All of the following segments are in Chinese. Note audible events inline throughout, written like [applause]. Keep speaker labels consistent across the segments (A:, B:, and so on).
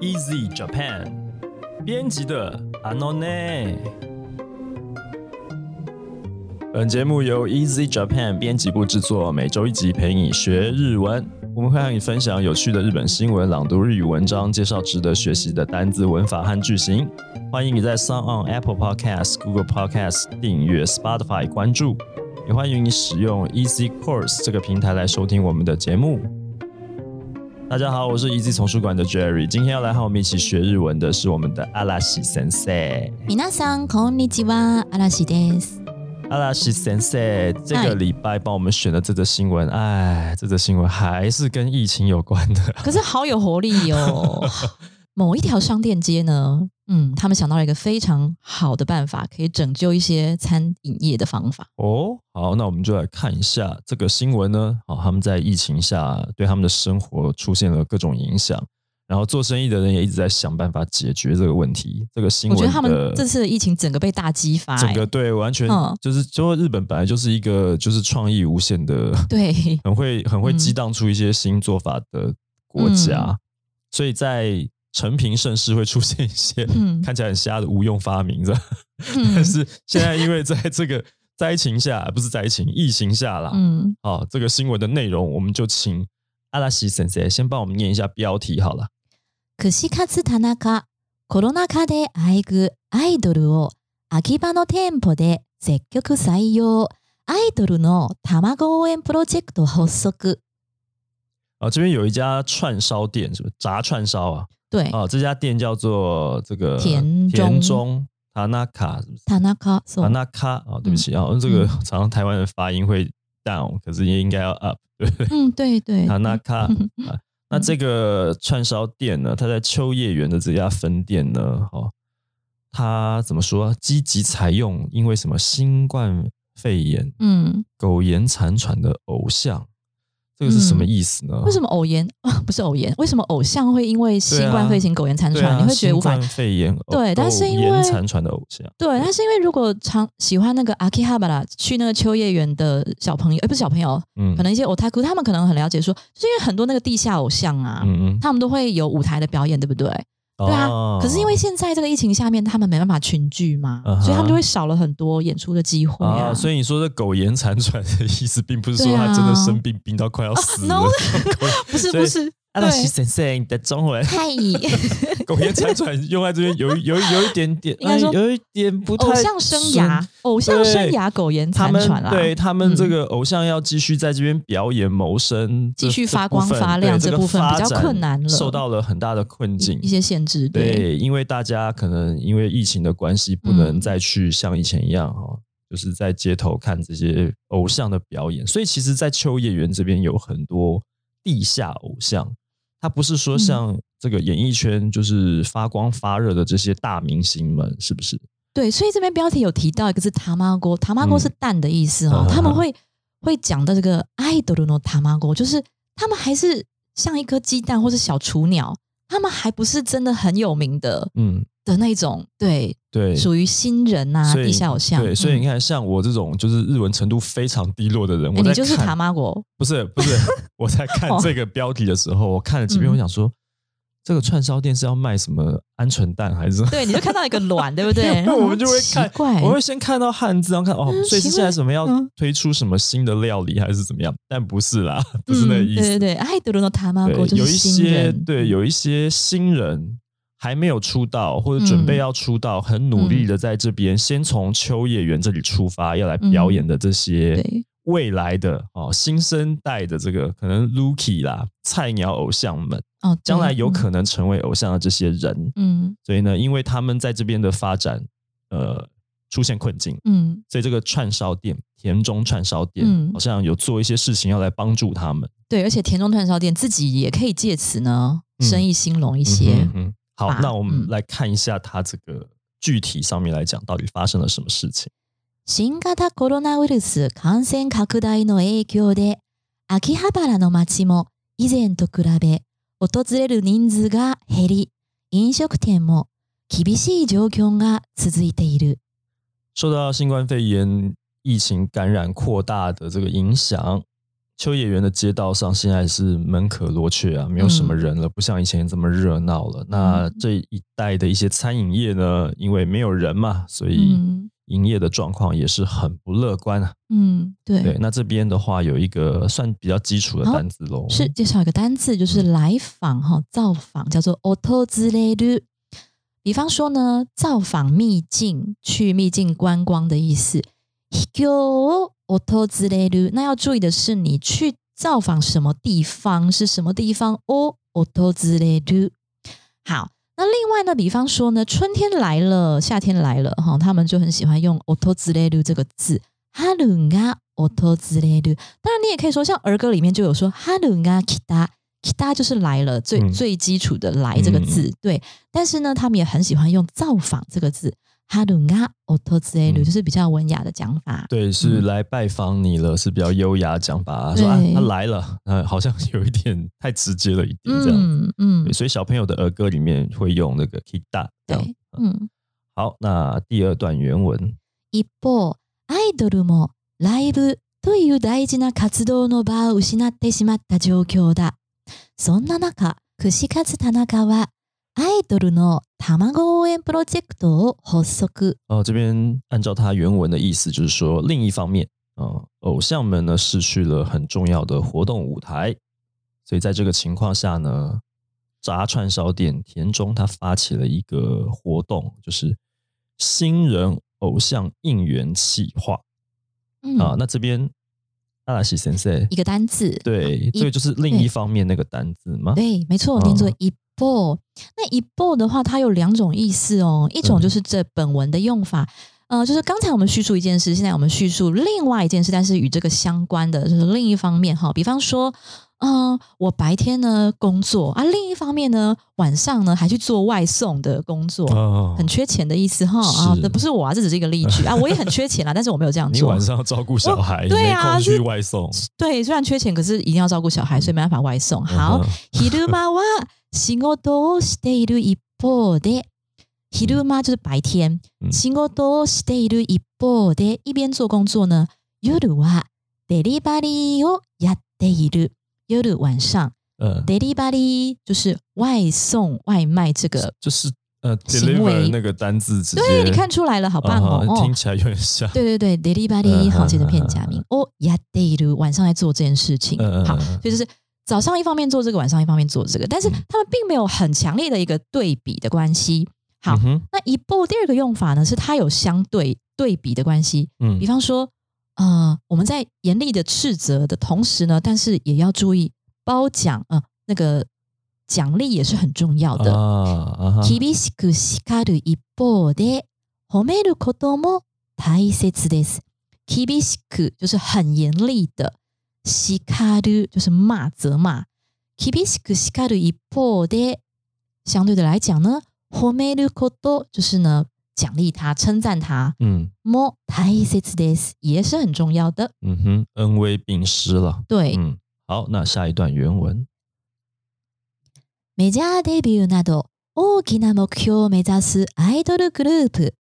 A: Easy Japan 编辑的 a n o n 本节目由 Easy Japan 编辑部制作，每周一集陪你学日文。我们会和你分享有趣的日本新闻、朗读日语文章、介绍值得学习的单字、文法和句型。欢迎你在 Sound on Apple Podcast、Google Podcast 订阅、Spotify 关注。也欢迎你使用 Easy Course 这个平台来收听我们的节目。大家好，我是 Easy 丛书馆的 Jerry，今天要来和我们一起学日文的是我们的阿拉西先生。
B: 皆さんこんにちは、嵐です。
A: 阿拉西先生这个礼拜帮我们选的这则新闻，哎，这则新闻还是跟疫情有关的。 [laughs]
B: 可是好有活力哦哟、 [laughs] 某一条商店街呢，嗯，他们想到了一个非常好的办法，可以拯救一些餐饮业的方法。
A: 哦，好，那我们就来看一下这个新闻呢。好，他们在疫情下对他们的生活出现了各种影响，然后做生意的人也一直在想办法解决这个问题。这个新
B: 我
A: 闻
B: 觉
A: 的
B: 得他们这次的疫情整个被大激发、
A: 整个
B: 哎
A: 对完全
B: 嗯
A: 就是，就日本本来就是一个就是创意无限的， [laughs]
B: 对，
A: 很会很会
B: 嗯
A: 激荡出一些新做法的国家，所以在成平盛世会出现一些
B: 嗯
A: 看起来很瞎的无用发明，这样。但
B: 嗯
A: 是现在因为在这个灾情下，不是灾情，疫情下啦，
B: 嗯，
A: 好，这个新闻的内容，我们就请阿拉西先生先帮我们念一下标题好了。
B: 串カツ田中、コロナ禍であえぐアイドルを秋葉の店舗で積極採用、アイドルの卵応援プロジェクト発足。
A: 啊，这边有一家串烧店，什么炸串烧啊？
B: 对，
A: 啊，这家店叫做这个
B: 田中
A: 田中塔纳卡，是不是
B: 田中、そう
A: 塔纳卡啊？对不起
B: 嗯
A: 啊，这个 [laughs] 常常台湾人发音会 down，可是也应该要 up。
B: 嗯，对对，
A: 塔纳卡
B: 嗯
A: 啊，那这个串烧店呢，它在秋叶原的这家分店呢，哦，它怎么说啊？积极采用因为什么新冠肺炎
B: 嗯，
A: 苟延残喘的偶像，这个是什么意思呢？
B: 为什么偶然 [laughs] 不是偶然？为什么偶像会因为新
A: 对啊
B: 冠肺炎苟延残
A: 对
B: 喘？
A: 啊，
B: 你会觉得无法
A: 新？冠肺炎偶
B: 对但是因为
A: 苟延残喘的偶像，
B: 对，但是因为如果常喜欢那个阿基哈巴拉，去那个秋叶原的小朋友，哎，不是小朋友，
A: 嗯
B: 可能一些 otaku，他们可能很了解说，就是因为很多那个地下偶像啊，
A: 嗯嗯，
B: 他们都会有舞台的表演，对不对？对啊。
A: 哦
B: 可是因为现在这个疫情下面，他们没办法群聚嘛，
A: 嗯哼
B: 所以他们就会少了很多演出的机会啊。
A: 啊，所以你说这苟延残喘的意思，并不是说
B: 对啊啊
A: 他真的生病，病到快要死了。
B: no
A: [laughs]
B: 不是
A: 所以
B: 不是， [laughs]
A: 阿拉西先生你的中文
B: 太
A: 苟延残喘用在这边有一有一有一点点，
B: 应该说
A: 哎有一点不太
B: 偶像生涯
A: 顺。，
B: 偶像生涯苟延
A: 他
B: 残
A: 们
B: 喘啦。
A: 对他们
B: 嗯
A: 这个偶像要继续在这边表演谋生，
B: 继续
A: 这
B: 发光
A: 这部分
B: 发亮
A: 对
B: 这部分
A: 个发
B: 比较
A: 展
B: 困难了
A: 受到了很大的困境
B: 一。些限制，对，
A: 对，因为大家可能因为疫情的关系，不能
B: 嗯
A: 再去像以前一样哈、哦，就是在街头看这些偶像的表演。所以其实，在秋叶原这边有很多地下偶像，他不是说
B: 嗯
A: 像这个演艺圈就是发光发热的这些大明星们，是不是？
B: 对，所以这边标题有提到一个是塔玛锅，塔玛锅是蛋的意思哦
A: 嗯，
B: 他们会会讲到这个爱德鲁诺塔玛锅，就是他们还是像一颗鸡蛋或是小雏鸟，他们还不是真的很有名的
A: 嗯，
B: 的那种，对，
A: 对。
B: 属于新人呐、
A: 所以
B: 啊地下偶像，
A: 对，所以你
B: 嗯
A: 看，像我这种就是日文程度非常低落的人，
B: 哎
A: 我在
B: 你就是
A: 看
B: 塔玛锅，
A: 不是
B: [laughs]
A: 不是，我在看
B: 哦
A: 这个标题的时候，我看了几遍，
B: 嗯
A: 我想说，这个串烧店是要卖什么鹌鹑蛋还是什么？
B: 对，你就看到一个
A: [laughs]
B: 卵，对不对？
A: 因为我们就会
B: 奇
A: 看
B: 怪，
A: 我会先看到汉字，然后看哦，
B: 嗯
A: 所以是
B: 奇怪
A: 现在什么要
B: 嗯
A: 推出什么新的料理还是怎么样？但不是啦，不是那个意
B: 嗯、对对
A: 思。
B: 嗯对，爱德鲁诺塔玛锅就
A: 对，有
B: 是
A: 一
B: 新
A: 些
B: 人，嗯
A: 对有一些新人还没有出道或者准备
B: 嗯
A: 要出道，很努力的在这边先从秋叶原这里出发，要来表演的这些
B: 嗯对
A: 未来的哦新生代的这个可能 Lucky 啦菜鸟偶像们，
B: 哦，
A: 将来有
B: 能，
A: 可能成为偶像的这些人，
B: 嗯
A: 所以呢，因为他们在这边的发展，呃，出现困境，
B: 嗯，
A: 所以这个串烧店田中串烧店、
B: 嗯
A: 好像有做一些事情要来帮助他们。
B: 对，而且田中串烧店自己也可以借此呢，
A: 嗯
B: 生意兴隆一
A: 一嗯
B: 些。
A: 哼嗯哼好，
B: 吧
A: 那我们
B: 嗯
A: 来看一下它这个具体上面来讲，到底发生了什么事情。
B: 新型コロナウイルス感染拡大の影響で、秋葉原の街も以前と比べ訪れる人数が減り、飲食店も厳しい状況が続いている。
A: 受到新冠肺炎疫情感染扩大的这个影响，秋叶原的街道上现在是门可罗雀啊，没有
B: 嗯
A: 什么人了，不像以前这么热闹了。那这一带的一些餐饮业呢，因为没有人嘛，所以
B: 嗯
A: 营业的状况也是很不乐观啊。
B: 嗯，对，
A: 对，那这边的话有一个算比较基础的
B: 好
A: 单字喽，
B: 是介绍一个单字，就是来访哈、造访叫做 o t o z l e r 比方说呢，造访秘境，去秘境观光的意思。o t o z l e r 那要注意的是，你去造访什么地方是什么地方哦 o t o z l e r 好，那另外呢，比方说呢，春天来了，夏天来了哈、他们就很喜欢用 o t o z l e r 这个字。春が訪れる。当然，你也可以说，像儿歌里面就有说“哈鲁啊きた”，きた就是来了，最、
A: 嗯
B: 最基础的“来”这个字。对，但是呢，他们也很喜欢用“造访”这个字，“哈鲁啊オトズレル”
A: 嗯
B: 就是比较文雅的讲法。
A: 对，是
B: 嗯
A: 来拜访你了，是比较优雅的讲法、啊，说啊
B: 对
A: 他来了，呃，好像 [laughs] 有一点太直接了一点这样。
B: 嗯嗯
A: 对，所以小朋友的儿歌里面会用那个 kita。
B: 对，嗯。
A: 好，那第二段原文。
B: 一方、アイドルもライブという大事な活動の場を失ってしまった状況だ。そんな中、串カツ田中はアイドルの卵応援プロジェクトを発足。
A: 哦，这边按照它原文的意思，就是说，另一方面，呃，偶像们呢失去了很重要的活动舞台，所以在这个情况下呢，炸串烧店田中他发起了一个活动，就是新人偶像应援企划
B: 嗯
A: 啊。那这边阿拉西先生，
B: 一个单字。
A: 对，
B: 一
A: 这个就是另一方面那个单字吗？
B: 对，没错，
A: 嗯
B: 念作一波。那一波的话，它有两种意思哦，一
A: 嗯
B: 种就是这本文的用法。呃，就是刚才我们叙述一件事，现在我们叙述另外一件事，但是与这个相关的就是另一方面哈。比方说，嗯、我白天呢工作啊，另一方面呢晚上呢还去做外送的工作，
A: 哦
B: 很缺钱的意思哈啊
A: 是，
B: 这不是我啊，这只是一个例
A: [laughs]
B: 句啊，我也很缺钱啦，但是我没有这样
A: 你
B: 做
A: 晚。上要照顾小孩，
B: 对啊
A: 没空去
B: 是
A: 外送。
B: 对，虽然缺钱，可是一定要照顾小孩，所以没办法外送。好，
A: 嗯哼，
B: 昼間は仕事をしている一方で、昼間就是白天
A: う、ん
B: 仕事をしている一方で、一边做工作呢，夜はデリバリーをやっている。夜晚上
A: 嗯，
B: デリバリー就是外送、外卖这个，
A: 就是呃
B: 行为
A: ，deliver 那个单字直接，
B: 对，你看出来了，好
A: 好
B: 棒哦！哦
A: 听起来有点像，
B: 对对对
A: 嗯
B: ，delivery 好记得片假名。哦，やっている晚上在做这件事情
A: 嗯，
B: 好
A: 嗯嗯，
B: 所以就是早上一方面做这个，晚上一方面做这个，但是
A: 嗯
B: 他们并没有很强烈的一个对比的关系。好
A: 嗯，哼
B: 那一步第二个用法呢，是它有相对对比的关系。比
A: 嗯，
B: 方说，呃，我们在严厉的斥责的同时呢，但是也要注意褒奖，呃，那个奖励也是很重要的。
A: 啊啊哈，
B: 厳しく叱る一方で、褒めることも大切です。厳しく就是很严厉的，叱る就是骂责骂。厳しく叱る一方で、相对的来讲呢，褒めること就是呢奖励他、称赞他。
A: 嗯
B: も大切です也是很重要的。
A: 嗯哼，恩威并施了，
B: 对，
A: 嗯，好，那下一段原文，
B: メジャーデビューなど大きな目標を目指すアイドルグループ、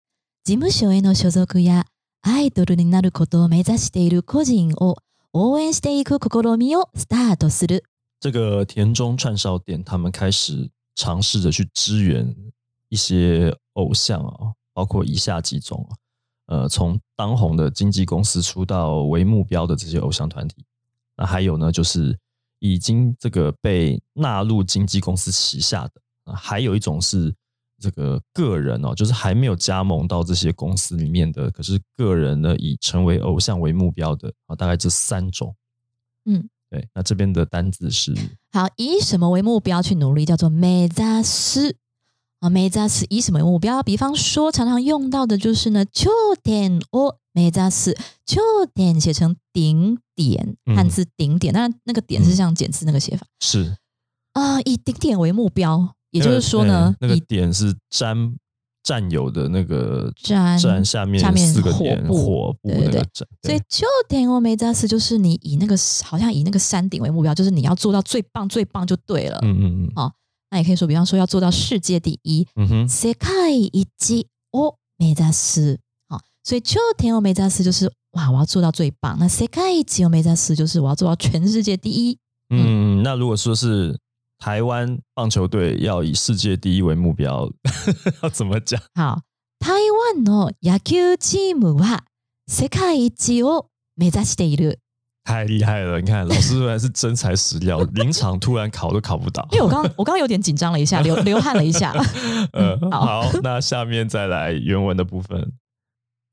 B: 事務所への所属やアイドルになることを目指している個人を応援していく試みをスタートする。
A: 这个田中串烧店他们开始尝试着去支援一些偶像啊，包括以下几种啊。呃，从当红的经纪公司出道为目标的这些偶像团体，那还有呢，就是已经这个被纳入经纪公司旗下的，啊还有一种是这个个人哦，就是还没有加盟到这些公司里面的，可是个人呢以成为偶像为目标的啊，大概这三种。
B: 嗯，
A: 对，那这边的单字是
B: 好，以什么为目标去努力，叫做目指す。啊，目指す以什么为目标？比方说，常常用到的就是呢，頂点を目指す。頂点写成顶点，
A: 嗯
B: 汉字顶点，当然那个点是像简字那个写法。
A: 是，
B: 啊、以顶点为目标，也就是说呢，
A: 那个对那
B: 以
A: 个点是沾占有的那个
B: 沾
A: 占下面
B: 下面
A: 四个
B: 火
A: 点
B: 部
A: 火部
B: 对
A: 那
B: 对
A: 个
B: 对
A: 占，
B: 所以就点我没扎斯，就是你以那个好像以那个山顶为目标，就是你要做到最棒最棒就对了。
A: 嗯嗯嗯
B: 好那也可以说，比方说要做到世界第一，
A: 嗯哼，
B: 世界一を目指す。好，所以頂点を目指す就是哇，我要做到最棒。那世界一を目指す就是我要做到全世界第一。
A: 嗯，那如果说是台湾棒球队要以世界第一为目标， [laughs] 要怎么讲？
B: 好，台湾の野球チームは世界一を目指している。
A: 太厉害了！你看，老师原来是真材实料，临场突然考都考不到。
B: [laughs] 因为我刚我刚刚有点紧张了一下，流流汗了一下。
A: [laughs] 呃，
B: 好
A: 好，那下面再来原文的部分。
B: [laughs]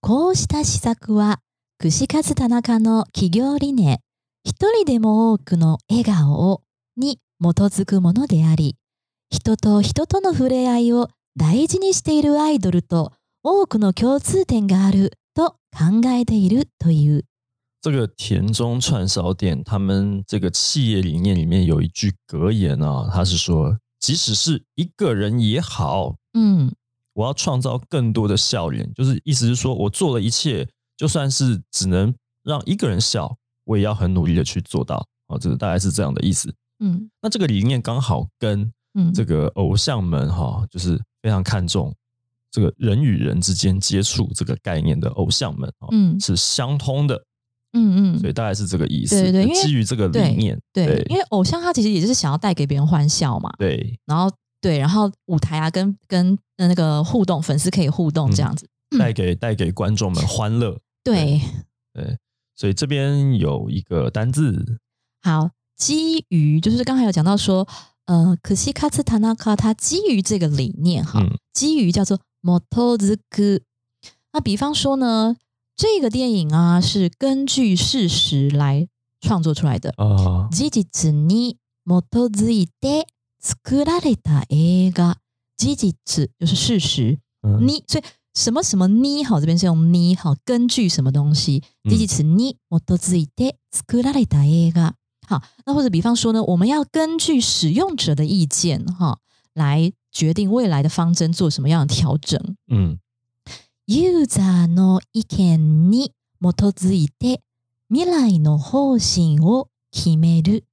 B: こうした施策は、串カツ田中の企業理念、一人でも多くの笑顔をに基づくものであり、人と人との触れ合いを大事にしているアイドルと多くの共通点があると考えているという。
A: 这个田中串烧店，他们这个企业理念里面有一句格言啊，他是说，即使是一个人也好，
B: 嗯，
A: 我要创造更多的笑脸，就是意思是说我做了一切，就算是只能让一个人笑，我也要很努力的去做到。哦，这个大概是这样的意思。
B: 嗯，
A: 那这个理念刚好跟
B: 嗯，
A: 这个偶像们哈、就是非常看重这个人与人之间接触这个概念的偶像们哦，
B: 嗯
A: 是相通的，
B: 嗯
A: 所以
B: 嗯，
A: 大概是这个意思。
B: 对对对因为
A: 基于这个理念，
B: 对，因为偶像他其实也就是想要带给别人欢笑嘛，
A: 对，
B: 然后对，然后舞台啊跟跟呃那个互动，粉丝可以互动这样子。嗯
A: 带给带给观众们欢乐。
B: 对，
A: 所以这边有一个单字，
B: 好，基于就是刚才有讲到说，呃，可惜卡茨塔纳卡它基于这个理念哈，
A: 嗯
B: 基于叫做 motozuku。那比方说呢，这个电影啊是根据事实来创作出来的。
A: 啊，
B: 事実に基づいて作られた映画。事実就是事实，
A: 嗯
B: 你所以什么什么你好，这边是用你好，根据什么东西？
A: 嗯
B: 第几次你我都自己で作られた映画。好，那或者比方说呢，我们要根据使用者的意见哈，来决定未来的方针做什么样的调整。
A: 嗯，
B: ユーザーの意見に基づいて未来の方針を決める。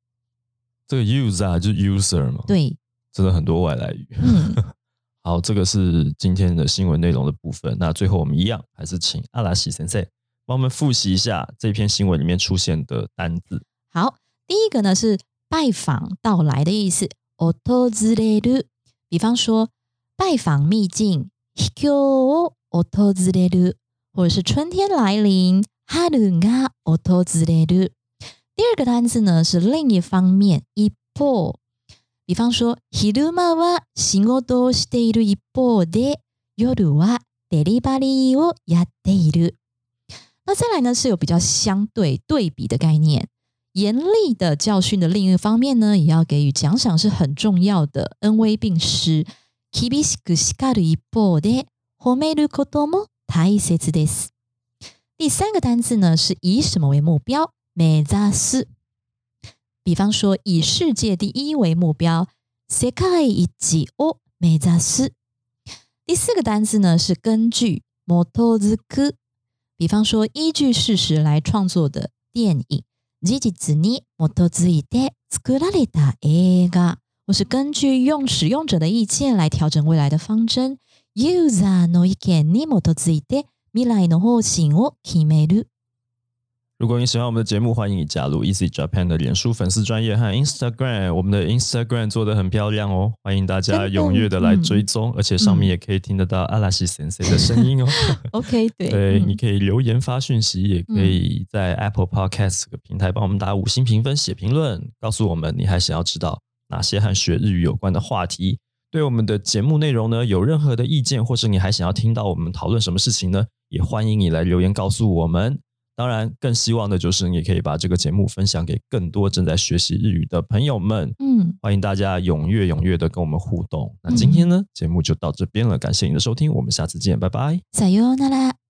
A: 这个 user 啊就是 user 嘛，，
B: 对，
A: 真的很多外来语。
B: 嗯，
A: 好，这个是今天的新闻内容的部分。那最后我们一样还是请阿拉西先生帮我们复习一下这篇新闻里面出现的单字。
B: 好，第一个呢是拜访到来的意思，訪れる。比方说拜访秘境，秘境を訪れる，或者是春天来临，春が訪れる。第二个单词呢是另一方面，一方。比方说，昼間は仕事をしている一方で、夜はデリバリーをやっている。那再来呢是有比较相对对比的概念。严厉的教训的另一方面呢，也要给予奖赏是很重要的，恩威并施。厳しく叱る一方で、褒めることも大切です。第三个单字呢，是以什么为目标？目指す。比方说，以世界第一为目标，世界一を目指す。第四个单字呢，是根据基づく。比方说，依据事实来创作的电影。事実に基づいて作られた映画，或是根据用使用者的意见来调整未来的方针。ユーザーの意見に基づいて未来の方針を決める。
A: 如果你喜欢我们的节目，欢迎你加入 Easy Japan 的脸书粉丝专业和 Instagram。我们的 Instagram 做的很漂亮哦，欢迎大家
B: 真的
A: 踊跃的来追踪，而且上面
B: 嗯
A: 也可以听得到阿拉西先生的声
B: [laughs]
A: 音哦。
B: OK，对，
A: 对，
B: 嗯
A: 你可以留言发讯息，也可以在 Apple Podcast 这个平台帮我们打五星评分、写评论，告诉我们你还想要知道哪些和学日语有关的话题。对我们的节目内容呢，有任何的意见，或是你还想要听到我们讨论什么事情呢，也欢迎你来留言告诉我们。当然，更希望的就是你可以把这个节目分享给更多正在学习日语的朋友们。
B: 嗯，
A: 欢迎大家踊跃踊跃的跟我们互动。那今天呢，节目就到这边了，感谢你的收听，我们下次见，拜拜。
B: さようなら。